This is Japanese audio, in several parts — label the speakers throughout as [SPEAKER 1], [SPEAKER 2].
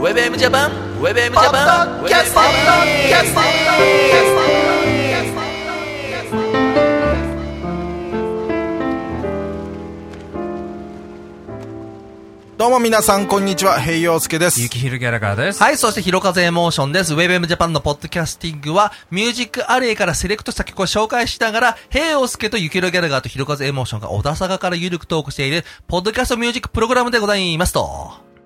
[SPEAKER 1] WebM ジャパン WebM ジャパン
[SPEAKER 2] キャスティングキャスティング
[SPEAKER 3] どうも皆さん、こんにちは。平洋介です。
[SPEAKER 4] ゆきひるギャラガーです。
[SPEAKER 1] はい、そして、ひろかぜエモーションです。WebM ジャパンのポッドキャスティングは、ミュージックアレイからセレクトした曲を紹介しながら、ヘイオスケとゆきろギャラガーとひろかぜエモーションが小田坂からゆるくトークしている、ポッドキャストミュージックプログラムでございますと。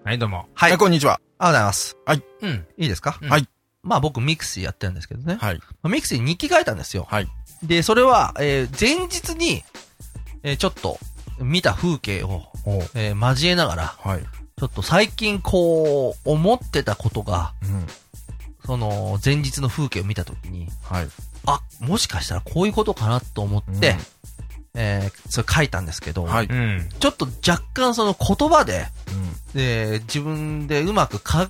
[SPEAKER 4] はい、どうも。
[SPEAKER 1] はい。ありがと
[SPEAKER 3] こんにちは。
[SPEAKER 1] うございます。
[SPEAKER 3] はい。
[SPEAKER 1] うん。いいですか、
[SPEAKER 3] はい。
[SPEAKER 1] まあ僕、ミクシーやってるんですけどね。
[SPEAKER 3] はい。
[SPEAKER 1] まあミクシーに日記書いたんですよ。
[SPEAKER 3] はい。
[SPEAKER 1] で、それは、えー前日に、えーちょっと、見た風景を、
[SPEAKER 3] お
[SPEAKER 1] えー交えながら、
[SPEAKER 3] はい。
[SPEAKER 1] ちょっと最近こう、思ってたことが、
[SPEAKER 3] うん。
[SPEAKER 1] その、前日の風景を見たときに、
[SPEAKER 3] はい。
[SPEAKER 1] あ、もしかしたらこういうことかなと思って、
[SPEAKER 3] うん
[SPEAKER 1] えーそれ書いたんですけど、
[SPEAKER 3] はい。
[SPEAKER 4] う
[SPEAKER 3] うん。
[SPEAKER 4] ん。
[SPEAKER 1] ちょっと若干その言葉で、えー自分でうまくか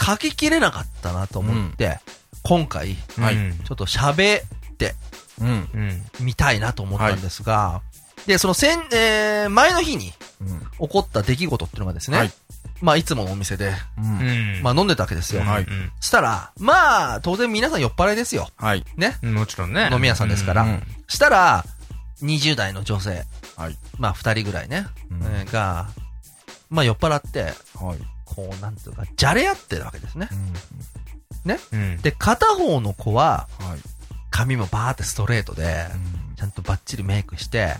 [SPEAKER 1] 書ききれなかったなと思って、今回、
[SPEAKER 3] はい
[SPEAKER 4] うん
[SPEAKER 1] ちょっと喋って
[SPEAKER 3] うん。
[SPEAKER 4] うん。
[SPEAKER 1] みたいなと思ったんですが、で、その先、えー前の日に
[SPEAKER 3] うん。
[SPEAKER 1] 起こった出来事っていうのがですね、
[SPEAKER 3] はいい、
[SPEAKER 1] まあいつものお店で、
[SPEAKER 3] うん。
[SPEAKER 4] うん。
[SPEAKER 1] まあ飲んでたわけですよ。
[SPEAKER 3] はい
[SPEAKER 4] うん
[SPEAKER 1] したら、まあ当然皆さん酔っ払いですよ。
[SPEAKER 3] はい。
[SPEAKER 1] ね。
[SPEAKER 4] うん。もちろんね。
[SPEAKER 1] 飲み屋さんですから
[SPEAKER 4] う
[SPEAKER 3] うんん。
[SPEAKER 1] したら、20代の女性、
[SPEAKER 3] はい。
[SPEAKER 1] まあ、二人ぐらいね、
[SPEAKER 3] うん
[SPEAKER 1] えーが、まあ、酔っ払って、
[SPEAKER 3] はい。
[SPEAKER 1] こう、なんていうか、じゃれ合ってるわけですね。
[SPEAKER 3] うん。
[SPEAKER 4] うん。
[SPEAKER 1] で、片方の子は、
[SPEAKER 3] はい。
[SPEAKER 1] 髪もバーってストレートで、
[SPEAKER 3] うん
[SPEAKER 1] ちゃんとバッチリメイクして、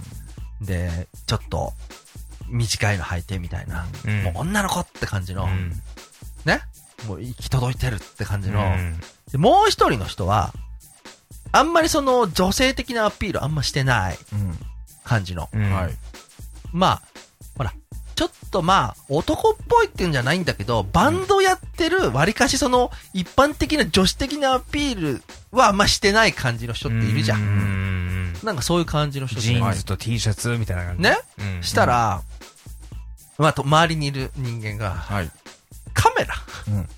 [SPEAKER 1] で、ちょっと、短いの履いてみたいな、
[SPEAKER 4] うん
[SPEAKER 1] もう女の子って感じの、
[SPEAKER 4] うん
[SPEAKER 1] ね、もう行き届いてるって感じの、
[SPEAKER 4] うん
[SPEAKER 1] でもう一人の人は、あんまりその女性的なアピールあんましてない感じの、
[SPEAKER 4] う。
[SPEAKER 3] うんん。はい。
[SPEAKER 1] まあ、ほら、ちょっとまあ、男っぽいっていうんじゃないんだけど、バンドやってる、わりかしその、一般的な女子的なアピールはあんましてない感じの人っているじゃ。
[SPEAKER 4] うんん。
[SPEAKER 1] なんかそういう感じの人
[SPEAKER 4] ジーン
[SPEAKER 1] で
[SPEAKER 4] ズと T シャツみたいな感じ。
[SPEAKER 1] ね
[SPEAKER 4] うん。
[SPEAKER 1] したら、まあ、と周りにいる人間が、
[SPEAKER 3] はい。
[SPEAKER 1] カメラ
[SPEAKER 3] うん。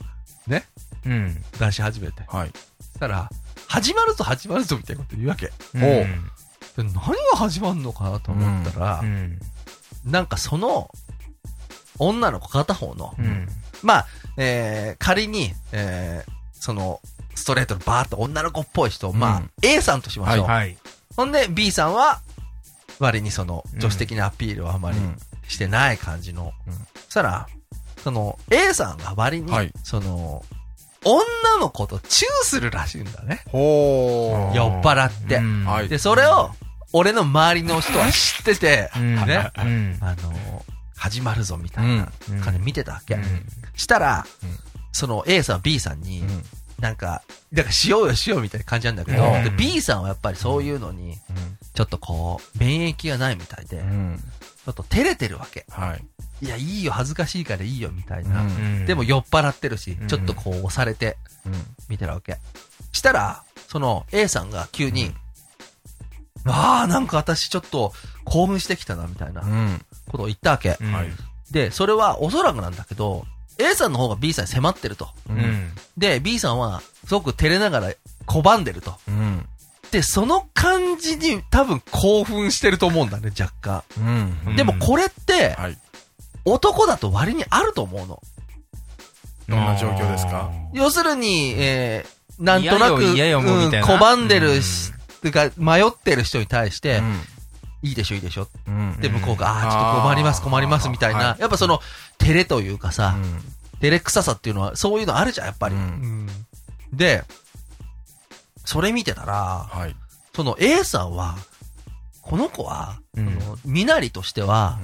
[SPEAKER 4] うん。
[SPEAKER 1] 出し始めて。
[SPEAKER 3] はい。
[SPEAKER 1] したら、始まるぞ始まるぞみたいなこと言うわけ。で
[SPEAKER 4] お
[SPEAKER 3] おう
[SPEAKER 1] 何が始まるのかなと思ったら
[SPEAKER 4] う、ん。
[SPEAKER 1] なんかその、女の子片方の、
[SPEAKER 4] うん。
[SPEAKER 1] まあ、えー、仮に、えー、その、ストレートのバーっと女の子っぽい人を、まあ、
[SPEAKER 3] うん
[SPEAKER 1] A さんとしましょう。
[SPEAKER 4] はい。
[SPEAKER 1] ほんで、B さんは、割にその、
[SPEAKER 4] うん
[SPEAKER 1] 女子的なアピールはあまり
[SPEAKER 3] うん
[SPEAKER 1] してない感じの。
[SPEAKER 3] うん
[SPEAKER 1] そしたら、その、A さんが割に、
[SPEAKER 3] はい
[SPEAKER 1] その、女の子とチューするらしいんだね。
[SPEAKER 3] ほ
[SPEAKER 4] うん
[SPEAKER 1] 酔っ払って。
[SPEAKER 4] うん
[SPEAKER 3] はい
[SPEAKER 1] で、それを、俺の周りの人は知ってて、
[SPEAKER 4] うん
[SPEAKER 1] ね、
[SPEAKER 4] うん。
[SPEAKER 1] あの、始まるぞみ
[SPEAKER 3] う
[SPEAKER 1] た
[SPEAKER 3] ん。。
[SPEAKER 1] いうなん感じで見てたわけ。
[SPEAKER 4] うん
[SPEAKER 1] したら、
[SPEAKER 3] うん
[SPEAKER 1] その A さん B さんに、
[SPEAKER 3] うん
[SPEAKER 1] なんか、だからしようよしようみたいな感じなんだけど、
[SPEAKER 4] うん
[SPEAKER 1] で B さんはやっぱりそういうのに、ちょっとこう、免疫がないみたいで、
[SPEAKER 3] う
[SPEAKER 1] ち
[SPEAKER 3] ん。
[SPEAKER 1] ょっと照れてるわけ。
[SPEAKER 3] はい。
[SPEAKER 1] いや、いいよ、恥ずかしいからいいよ、みたいな。
[SPEAKER 3] うん
[SPEAKER 4] うん
[SPEAKER 1] でも、酔っ払ってるし
[SPEAKER 4] う、ん
[SPEAKER 1] ちょっとこう押されて、
[SPEAKER 3] うん。
[SPEAKER 1] みたいなわけ。したら、その A さんが急に、ああ、なんか私ちょっと興奮してきたな、みたいな
[SPEAKER 3] うん。
[SPEAKER 1] ことを言ったわけ。
[SPEAKER 4] うん
[SPEAKER 3] はい。
[SPEAKER 1] で、それはおそらくなんだけど、A さんの方が B さんに迫ってると。
[SPEAKER 3] う。
[SPEAKER 4] うんん。
[SPEAKER 1] で、B さんは、すごく照れながら拒んでると。
[SPEAKER 3] うん。
[SPEAKER 1] で、その感じに多分興奮してると思うんだね、若干。
[SPEAKER 3] うん。
[SPEAKER 1] でもこれって、
[SPEAKER 3] はい。
[SPEAKER 1] 男だと割にあると思うの。
[SPEAKER 3] どんな状況ですか
[SPEAKER 1] 要するに、えー、なんとなく、
[SPEAKER 4] 嫌よ嫌よもう
[SPEAKER 1] うん
[SPEAKER 4] みたいな
[SPEAKER 1] 拒んでる
[SPEAKER 4] う
[SPEAKER 1] し
[SPEAKER 4] ん、
[SPEAKER 1] てか、迷ってる人に対して、
[SPEAKER 3] う
[SPEAKER 1] いいでしょ、いいでしょ。
[SPEAKER 3] ん。うん。
[SPEAKER 1] で、向こうが、ああー、ちょっと
[SPEAKER 3] あー
[SPEAKER 1] 困ります、困ります、みたいな
[SPEAKER 3] は。い
[SPEAKER 1] やっぱその、照れというかさ、
[SPEAKER 3] うん
[SPEAKER 1] 照れくささっていうのは、そういうのあるじゃん、やっぱり。
[SPEAKER 3] うん
[SPEAKER 1] うんで、それ見てたら、
[SPEAKER 3] はい。
[SPEAKER 1] その A さんは、この子は、
[SPEAKER 4] うん
[SPEAKER 1] あの身なりとしては、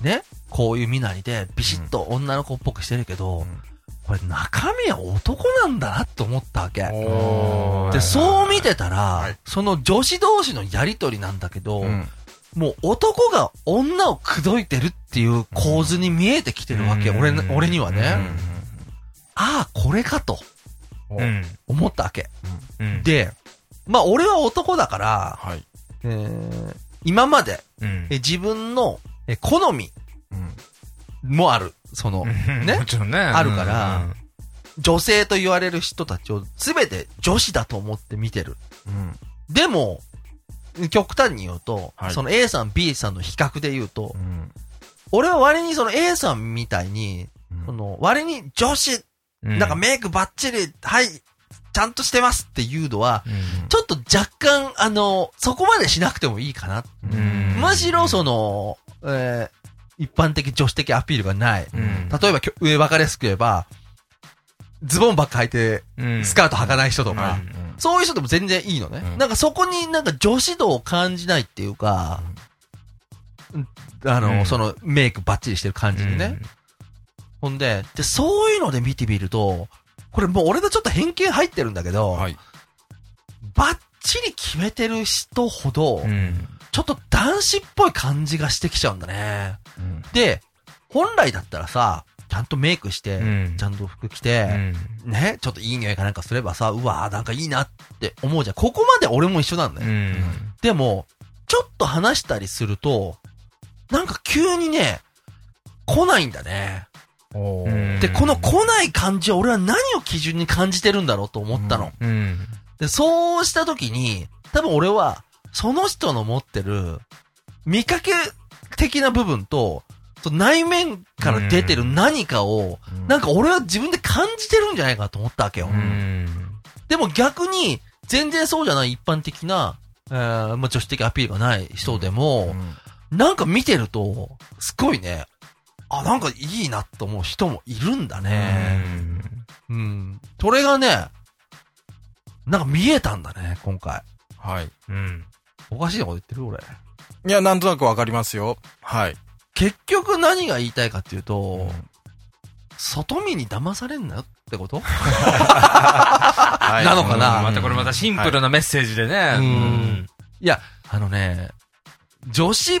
[SPEAKER 1] ね、こういう身なりで、ビシッと女の子っぽくしてるけど、
[SPEAKER 3] うん
[SPEAKER 1] これ中身は男なんだなと思ったわけ。
[SPEAKER 4] おー
[SPEAKER 1] で、そう見てたら、
[SPEAKER 3] い
[SPEAKER 1] その女子同士のやりとりなんだけど、
[SPEAKER 3] うん。
[SPEAKER 1] もう男が女を口説いてるっていう構図に見えてきてるわけ。
[SPEAKER 4] うん
[SPEAKER 1] 俺な、俺にはね。
[SPEAKER 4] う
[SPEAKER 3] うん
[SPEAKER 1] ああ、これかと
[SPEAKER 4] うん。
[SPEAKER 1] 思ったわけ。
[SPEAKER 4] うん。
[SPEAKER 1] で、まあ俺は男だから、
[SPEAKER 3] はい。
[SPEAKER 1] えー今まで
[SPEAKER 4] うん
[SPEAKER 1] え自分のえ好み
[SPEAKER 3] うん。
[SPEAKER 1] もある。その、ね
[SPEAKER 4] もち ろんね。
[SPEAKER 1] あるから女性と言われる人たちを全て女子だと思って見てる。
[SPEAKER 3] うん。
[SPEAKER 1] でも、極端に言うと、
[SPEAKER 3] はい
[SPEAKER 1] その A さん、B さんの比較で言うと
[SPEAKER 3] う、ん。
[SPEAKER 1] 俺は割にその A さんみたいに、
[SPEAKER 3] うん
[SPEAKER 1] その割に女子
[SPEAKER 4] うん
[SPEAKER 1] なんかメイクバッチリ、はい、ちゃんとしてますっていうのは、
[SPEAKER 4] う
[SPEAKER 1] ちょっと若干、あの、そこまでしなくてもいいかな。
[SPEAKER 4] ん
[SPEAKER 1] むしろ、その、えー一般的女子的アピールがない。
[SPEAKER 4] うん
[SPEAKER 1] 例えば、きょ上分かりやすく言えば、ズボンばっか履いて、
[SPEAKER 4] うん
[SPEAKER 1] スカート履かない人とか、
[SPEAKER 4] うん
[SPEAKER 1] そういう人でも全然いいのね。
[SPEAKER 3] うん
[SPEAKER 1] なんかそこになんか女子度を感じないっていうか、あの、
[SPEAKER 4] うん
[SPEAKER 1] そのメイクバッチリしてる感じでね。ほんで、で、そういうので見てみると、これもう俺のちょっと偏見入ってるんだけど、
[SPEAKER 3] はい。
[SPEAKER 1] バッチリ決めてる人ほど
[SPEAKER 4] う、ん
[SPEAKER 1] ちょっと男子っぽい感じがしてきちゃうんだね。
[SPEAKER 3] うん
[SPEAKER 1] で、本来だったらさ、ちゃんとメイクして、
[SPEAKER 4] うん
[SPEAKER 1] ちゃんと服着て、
[SPEAKER 4] うん
[SPEAKER 1] ね、ちょっといい匂いかなんかすればさ、うわーなんかいいなって思うじゃん。ここまで俺も一緒なんだ
[SPEAKER 4] う
[SPEAKER 1] よ。
[SPEAKER 4] ん
[SPEAKER 1] でも、ちょっと話したりすると、なんか急にね、来ないんだね。
[SPEAKER 3] お
[SPEAKER 4] うん
[SPEAKER 1] で、この来ない感じは俺は何を基準に感じてるんだろうと思ったの。
[SPEAKER 4] うん
[SPEAKER 1] で、そうした時に、多分俺は、その人の持ってる、見かけ的な部分と、その内面から出てる何かを、なん
[SPEAKER 3] か、
[SPEAKER 1] か俺は自分で感じてるんじゃないかと思ったわけよ。
[SPEAKER 4] うん
[SPEAKER 1] でも逆に、全然そうじゃない一般的な、えーまあ、女子的アピールがない人でも、なんか見てると、すごいね、あ、なんかいいなと思う人もいるんだね。うん。それがね、なんか見えたんだね、今回。
[SPEAKER 3] はい。
[SPEAKER 4] うん
[SPEAKER 1] おかしいこと言ってる俺。
[SPEAKER 3] いや、なんとなくわかりますよ。はい。
[SPEAKER 1] 結局何が言いたいかっていうと、外見に騙されんなよってこと
[SPEAKER 3] はい
[SPEAKER 1] なのかな
[SPEAKER 4] またこれまたシンプルなメッセージでね。
[SPEAKER 1] うんいや、あのね、女子っ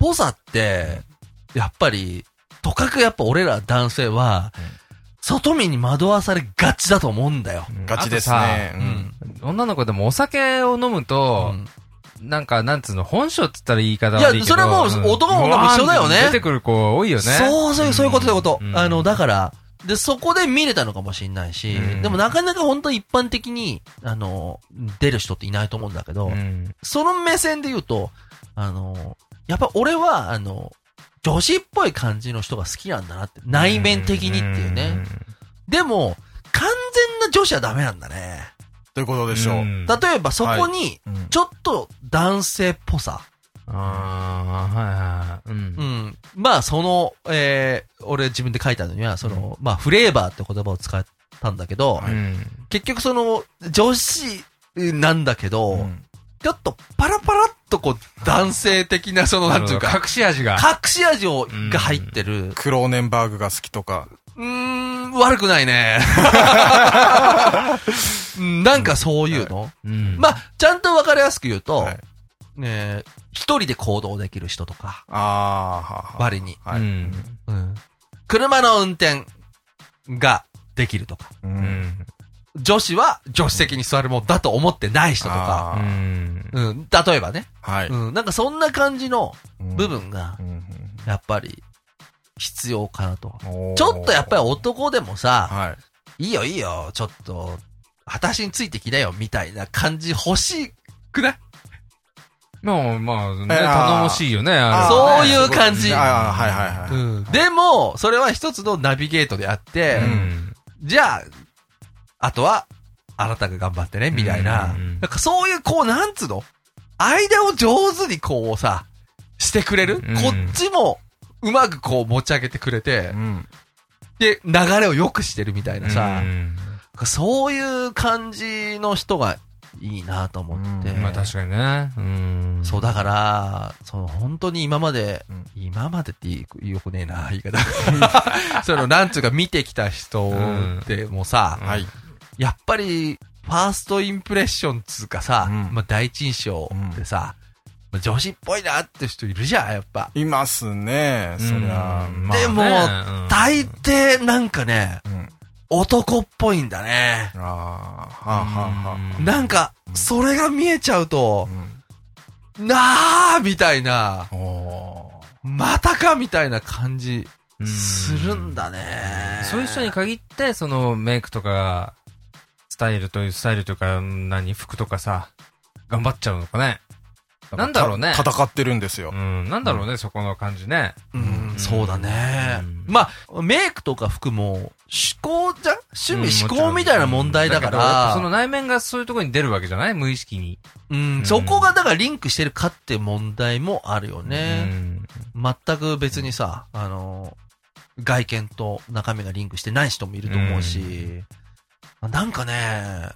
[SPEAKER 1] ぽさって、やっぱり、とかくやっぱ俺ら男性は、外見に惑わされがちだと思うんだよ。
[SPEAKER 4] うん
[SPEAKER 3] ガチです。
[SPEAKER 4] あ
[SPEAKER 3] ね。
[SPEAKER 1] う
[SPEAKER 3] うん
[SPEAKER 1] ん。
[SPEAKER 4] とさ女の子でもお酒を飲むと、なんか、なんつうの、本性って言ったら言い方悪いけど
[SPEAKER 1] いやそれはもう男も女も一緒だよね
[SPEAKER 4] うわーって出てくる子多いよね。
[SPEAKER 1] そうそう、そういうこと、そういうこと
[SPEAKER 4] う。ん
[SPEAKER 1] あの、だから、で、そこで見れたのかもしれないし
[SPEAKER 4] うん、
[SPEAKER 1] でもなかなか本当一般的に、あの、出る人っていないと思うんだけど
[SPEAKER 4] う、ん。
[SPEAKER 1] その目線で言うと、あの、やっぱ俺は、あの、女子っぽい感じの人が好きなんだなって、内面的にっていうね。でも、完全な女子はダメなんだね。
[SPEAKER 3] ということ
[SPEAKER 4] うん。
[SPEAKER 3] でしょう。
[SPEAKER 4] ん
[SPEAKER 1] 例えばそこに、
[SPEAKER 3] うん
[SPEAKER 1] ちょっと男性っぽさ。
[SPEAKER 4] ああ、はいはいはい。うん
[SPEAKER 1] う。ん。まあ、その、えー、俺自分で書いたのには、その、まあ、フレーバーって言葉を使ったんだけど、
[SPEAKER 4] うん
[SPEAKER 1] 結局その、女子なんだけど、
[SPEAKER 3] うん
[SPEAKER 1] ちょっとパラパラっとこう、男性的な、その、なんていうか、
[SPEAKER 4] 隠し味が。
[SPEAKER 1] 隠し味を、が入ってる。
[SPEAKER 3] クローネンバーグが好きとか。
[SPEAKER 1] うーん、悪くないね。うんなんかそういうの、
[SPEAKER 4] うん
[SPEAKER 1] まあ、ちゃんとわかりやすく言うと、
[SPEAKER 3] はい
[SPEAKER 1] ねえ一人で行動できる人とか、
[SPEAKER 3] あーはあ、はあ。
[SPEAKER 1] 割に。
[SPEAKER 3] はい
[SPEAKER 4] うん。
[SPEAKER 1] うん車の運転ができるとか、
[SPEAKER 3] う
[SPEAKER 4] うんん。
[SPEAKER 1] 女子は助手席に座るもんだと思ってない人とか、
[SPEAKER 3] あー
[SPEAKER 4] うん
[SPEAKER 1] うん、例えばね、
[SPEAKER 3] はい。
[SPEAKER 1] うん、なんかそんな感じの部分が
[SPEAKER 3] う、ん。
[SPEAKER 1] やっぱり、必要かなと。
[SPEAKER 3] うん
[SPEAKER 1] ちょっとやっぱり、男でもさ、
[SPEAKER 3] はい。
[SPEAKER 1] いいよいいよ、ちょっと、私についてきなよ、みたいな感じ欲しくない
[SPEAKER 4] まあまあ、ね、
[SPEAKER 3] えー
[SPEAKER 4] 頼もしいよね、あ
[SPEAKER 3] あ
[SPEAKER 4] れ
[SPEAKER 3] ー
[SPEAKER 1] そ
[SPEAKER 4] は
[SPEAKER 1] う
[SPEAKER 4] ね
[SPEAKER 1] いう感じ
[SPEAKER 3] ああ、はいはいはい。
[SPEAKER 1] うんでも、それは一つのナビゲートであって、
[SPEAKER 4] うん
[SPEAKER 1] じゃあ、あとは、あなたが頑張ってね、みたいな。
[SPEAKER 4] うん
[SPEAKER 1] なんかそういう、こう、なんつうの間を上手にこうさ、してくれる、
[SPEAKER 4] うん
[SPEAKER 1] こっちも、うまくこう持ち上げてくれて
[SPEAKER 3] う、ん。
[SPEAKER 1] で、流れを良くしてるみたいなさ、
[SPEAKER 4] うん
[SPEAKER 1] なんかそういう感じの人がいいなと思って。
[SPEAKER 3] うん
[SPEAKER 4] まあ確かにね。うん。
[SPEAKER 1] そう、だから、その本当に今まで、
[SPEAKER 3] うん
[SPEAKER 1] 今までっていいよくねえな、言い方。 その、なんつうか見てきた人でもさ、
[SPEAKER 3] はい。
[SPEAKER 1] やっぱり、ファーストインプレッションつうかさ、
[SPEAKER 3] うん
[SPEAKER 1] まあ第一印象でさ、まあ女子っぽいなって人いるじゃん、やっぱ。
[SPEAKER 3] いますね、
[SPEAKER 4] うん、
[SPEAKER 3] そりゃ。
[SPEAKER 4] まあね
[SPEAKER 1] でも
[SPEAKER 4] うん
[SPEAKER 1] 大抵なんかね、
[SPEAKER 3] うん。
[SPEAKER 1] 男っぽいんだね。
[SPEAKER 3] ああ、はあはあは
[SPEAKER 4] うん
[SPEAKER 1] なんか、それが見えちゃう
[SPEAKER 3] あ
[SPEAKER 1] と、
[SPEAKER 3] う
[SPEAKER 1] なあみたいな、
[SPEAKER 3] ん。おー
[SPEAKER 1] またかみたいな感じ
[SPEAKER 4] うん
[SPEAKER 1] するんだね。
[SPEAKER 4] そういう人に限って、そのメイクとか、スタイルという、スタイルというか、うん何、服とかさ、頑張っちゃうのかね。なんだろうね
[SPEAKER 3] た戦ってるんですよ
[SPEAKER 4] う。ん、なんだろうね、そこの感じね。
[SPEAKER 1] うん、そうだね
[SPEAKER 4] う。ん
[SPEAKER 1] まあ、メイクとか服も、思考じゃん趣
[SPEAKER 4] うん
[SPEAKER 1] 味、思考みたいな問題だか
[SPEAKER 4] もちろんやっぱその
[SPEAKER 1] ら、
[SPEAKER 4] 内面がそういうところに出るわけじゃない無意識に。
[SPEAKER 1] うん、そこがだからリンクしてるかって問題もあるよね。全く別にさ、あの、外見と中身がリンクしてない人もいると思うし、なんかね、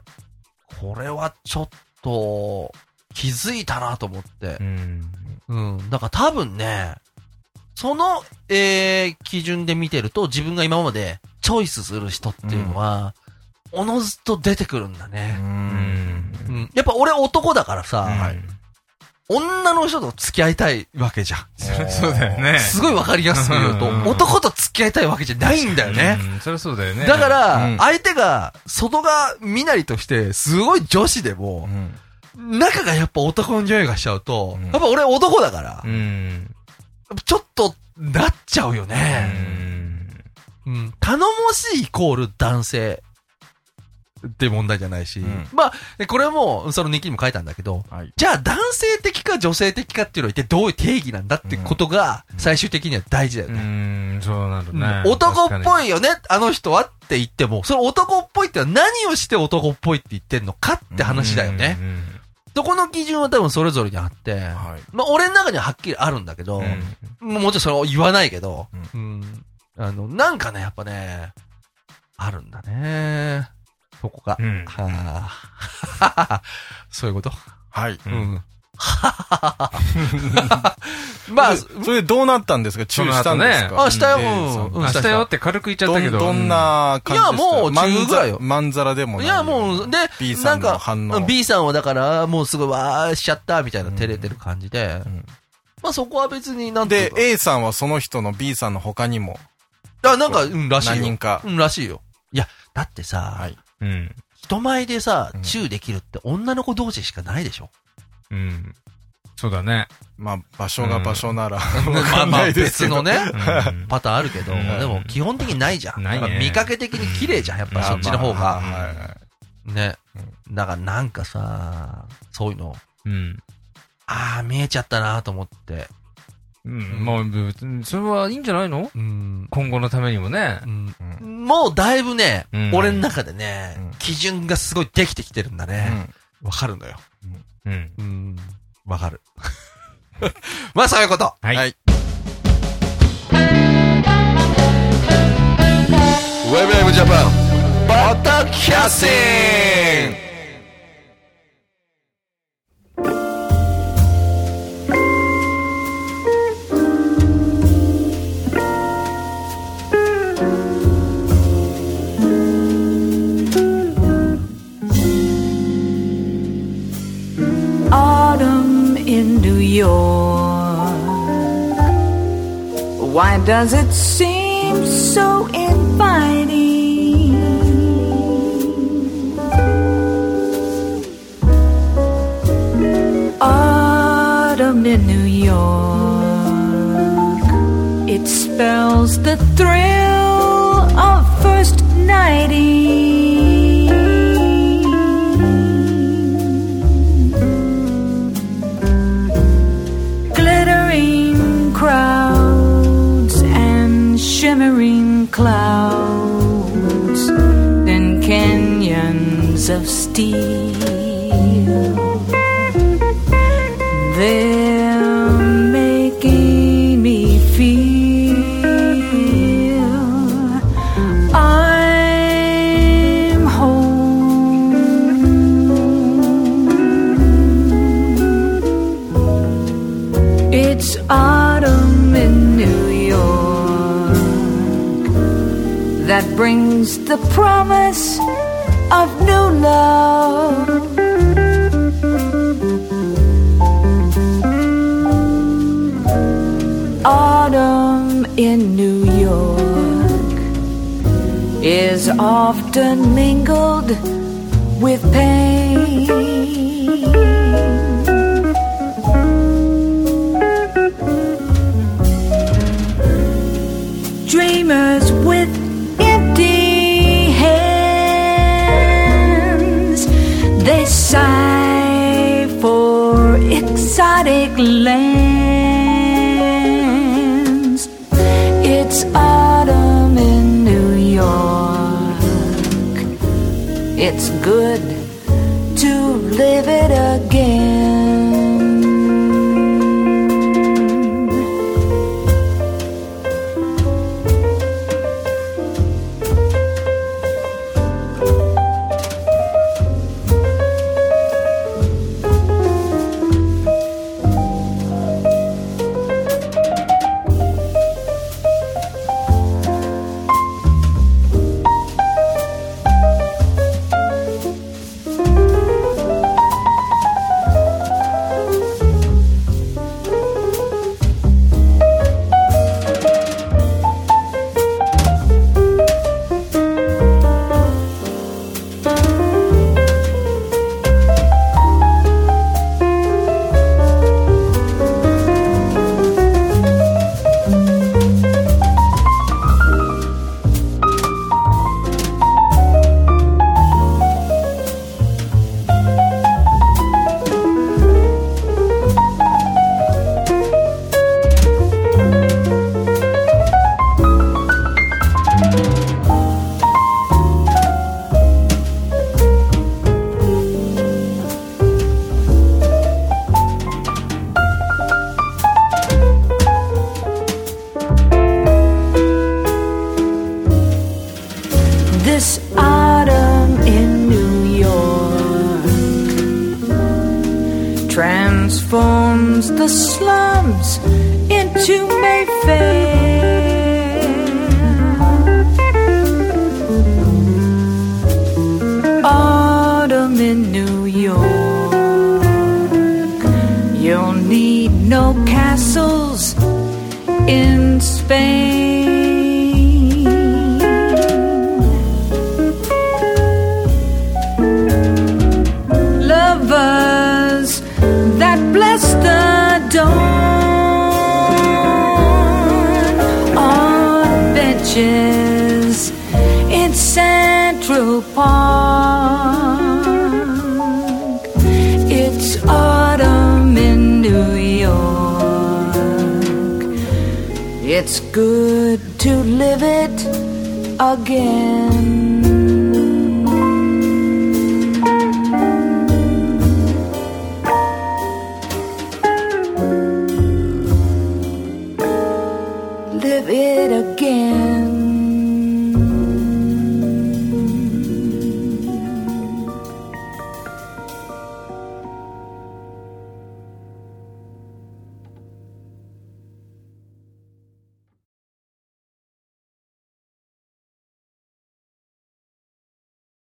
[SPEAKER 1] これはちょっと気づいたなと思って
[SPEAKER 4] う。ん。
[SPEAKER 1] うん。だから多分ね、その、えー、基準で見てると自分が今までチョイスする人っていうのは、おのずと出てくるんだ
[SPEAKER 3] う。
[SPEAKER 1] ね。
[SPEAKER 4] うんん。
[SPEAKER 1] うん。やっぱ俺男だからさ、
[SPEAKER 4] はい。
[SPEAKER 1] 女の人と付き合いたいわけじゃん。
[SPEAKER 4] そりゃそうだよね。
[SPEAKER 1] すごいわかりやすく言うと
[SPEAKER 4] うん、
[SPEAKER 1] 男と付き合いたいわけじゃないんだよね。
[SPEAKER 4] うん。そりゃそうだよね。
[SPEAKER 1] だか
[SPEAKER 3] う
[SPEAKER 1] ら
[SPEAKER 3] ん、
[SPEAKER 1] 相手が、外が身なりとして、すごい女子でも、中がやっぱ男の匂いがしちゃうと
[SPEAKER 3] う
[SPEAKER 1] や
[SPEAKER 3] ん、
[SPEAKER 1] っぱ俺男だから
[SPEAKER 4] う、ん。
[SPEAKER 1] ちょっと、なっちゃうよ
[SPEAKER 4] う
[SPEAKER 1] ね。
[SPEAKER 4] ん。
[SPEAKER 1] うん頼もしいイコール男性。って問題じゃないし。
[SPEAKER 3] うん
[SPEAKER 1] まあ、でこれも、その日記にも書いたんだけど、
[SPEAKER 3] はい。
[SPEAKER 1] じゃあ男性的か女性的かっていうのは一体どういう定義なんだってことが、最終的には大事だよ
[SPEAKER 4] う
[SPEAKER 1] ね。
[SPEAKER 4] ん。そうなるね。
[SPEAKER 1] 男っぽ
[SPEAKER 4] い。
[SPEAKER 1] いよね、あの人はって言っても、その男っぽいってのは何をして男っぽいって言ってんのかって話だよね。
[SPEAKER 4] うん。
[SPEAKER 1] そこの基準は多分それぞれにあって、
[SPEAKER 3] はい。
[SPEAKER 1] まあ俺の中にははっきりあるんだけど、もうもちろんそれを言わないけど、うんあの、なんかね、やっぱね、あるんだね。そこが。
[SPEAKER 4] うんうん。
[SPEAKER 1] はあ、 そういうこと、
[SPEAKER 3] はい。
[SPEAKER 4] う
[SPEAKER 1] うんん、 まあ、
[SPEAKER 3] それでどうなったんですか注意したんです
[SPEAKER 4] そ
[SPEAKER 3] か
[SPEAKER 4] の
[SPEAKER 1] あ、したよ
[SPEAKER 3] レイさん
[SPEAKER 1] うん
[SPEAKER 4] 明日よって軽く言っちゃっ
[SPEAKER 3] ど
[SPEAKER 4] たけ
[SPEAKER 3] ん
[SPEAKER 4] ど。
[SPEAKER 3] どんな感じでした
[SPEAKER 1] いやもう中ぐらいよ
[SPEAKER 3] まんざらでもない
[SPEAKER 1] や、もう、で、
[SPEAKER 3] B
[SPEAKER 1] な
[SPEAKER 3] さ
[SPEAKER 1] んん
[SPEAKER 3] の
[SPEAKER 1] か
[SPEAKER 3] 反応。
[SPEAKER 1] B さんはだから、もうすごいわーしちゃったみたいな照れてる感じで、
[SPEAKER 3] ん
[SPEAKER 1] まあそこは別になんていう
[SPEAKER 3] で
[SPEAKER 1] か、、
[SPEAKER 3] A さんはその人の B さんの他にも
[SPEAKER 1] あ、なんか、うん、らし
[SPEAKER 3] 何
[SPEAKER 1] いよ
[SPEAKER 3] 人。か
[SPEAKER 1] う。ん、らしいよ。いや、だってさ、
[SPEAKER 3] はい。
[SPEAKER 4] うん。
[SPEAKER 1] 人前でさ
[SPEAKER 3] う、ん
[SPEAKER 1] チューできるって女の子同士しかないでしょ。
[SPEAKER 4] うん。そうだね。
[SPEAKER 3] まあ、場所が場所なら、わ
[SPEAKER 1] ま
[SPEAKER 3] か
[SPEAKER 1] あ
[SPEAKER 3] ん
[SPEAKER 1] ま
[SPEAKER 3] な
[SPEAKER 1] あ
[SPEAKER 3] いで
[SPEAKER 1] 別
[SPEAKER 3] すけど。
[SPEAKER 1] のね、
[SPEAKER 4] うん
[SPEAKER 1] パターンあるけど、
[SPEAKER 4] うん
[SPEAKER 1] でも基本的にないじゃん。
[SPEAKER 4] ないね
[SPEAKER 1] やっぱ見かけ的に綺麗じゃん、やっぱそっちの方
[SPEAKER 4] ま
[SPEAKER 1] が。
[SPEAKER 4] あまあ
[SPEAKER 3] はいはい
[SPEAKER 1] ね。だからなんかさ、そういうの、
[SPEAKER 4] うん。
[SPEAKER 1] ああ、見えちゃったなと思って。
[SPEAKER 4] うん。まあ、別にそれはいいんじゃないの
[SPEAKER 1] うん。
[SPEAKER 4] 今後のためにもね。
[SPEAKER 3] う
[SPEAKER 1] もうだいぶね、
[SPEAKER 4] うん
[SPEAKER 1] 俺の中でね、
[SPEAKER 3] うん
[SPEAKER 1] 基準がすごいできてきてるんだね。わ、かるのよ。
[SPEAKER 4] うん。
[SPEAKER 1] うん。わかる。まあそういうこと。
[SPEAKER 4] はい。
[SPEAKER 3] はい
[SPEAKER 1] ウェブウェブジャパン、バタキャスティン
[SPEAKER 5] autumn in New York. Why does it seem so inviting? Autumn in New York. It spells the thrill of first nighting. glittering crowds and shimmering clouds, then canyons of steel. They're making me feel I'm home. It's autumn in New York that brings the promise of new love. Autumn in New York is often mingled with pain. dreamers with empty hands. They sigh for exotic lands. It's autumn in New York. good to live it again. This autumn in New York transforms the slums into Mayfair. Autumn in New York, you'll need no castles in Spain. lovers that bless the dawn on benches in Central Park. It's autumn in New York. It's good to live it again. live it again.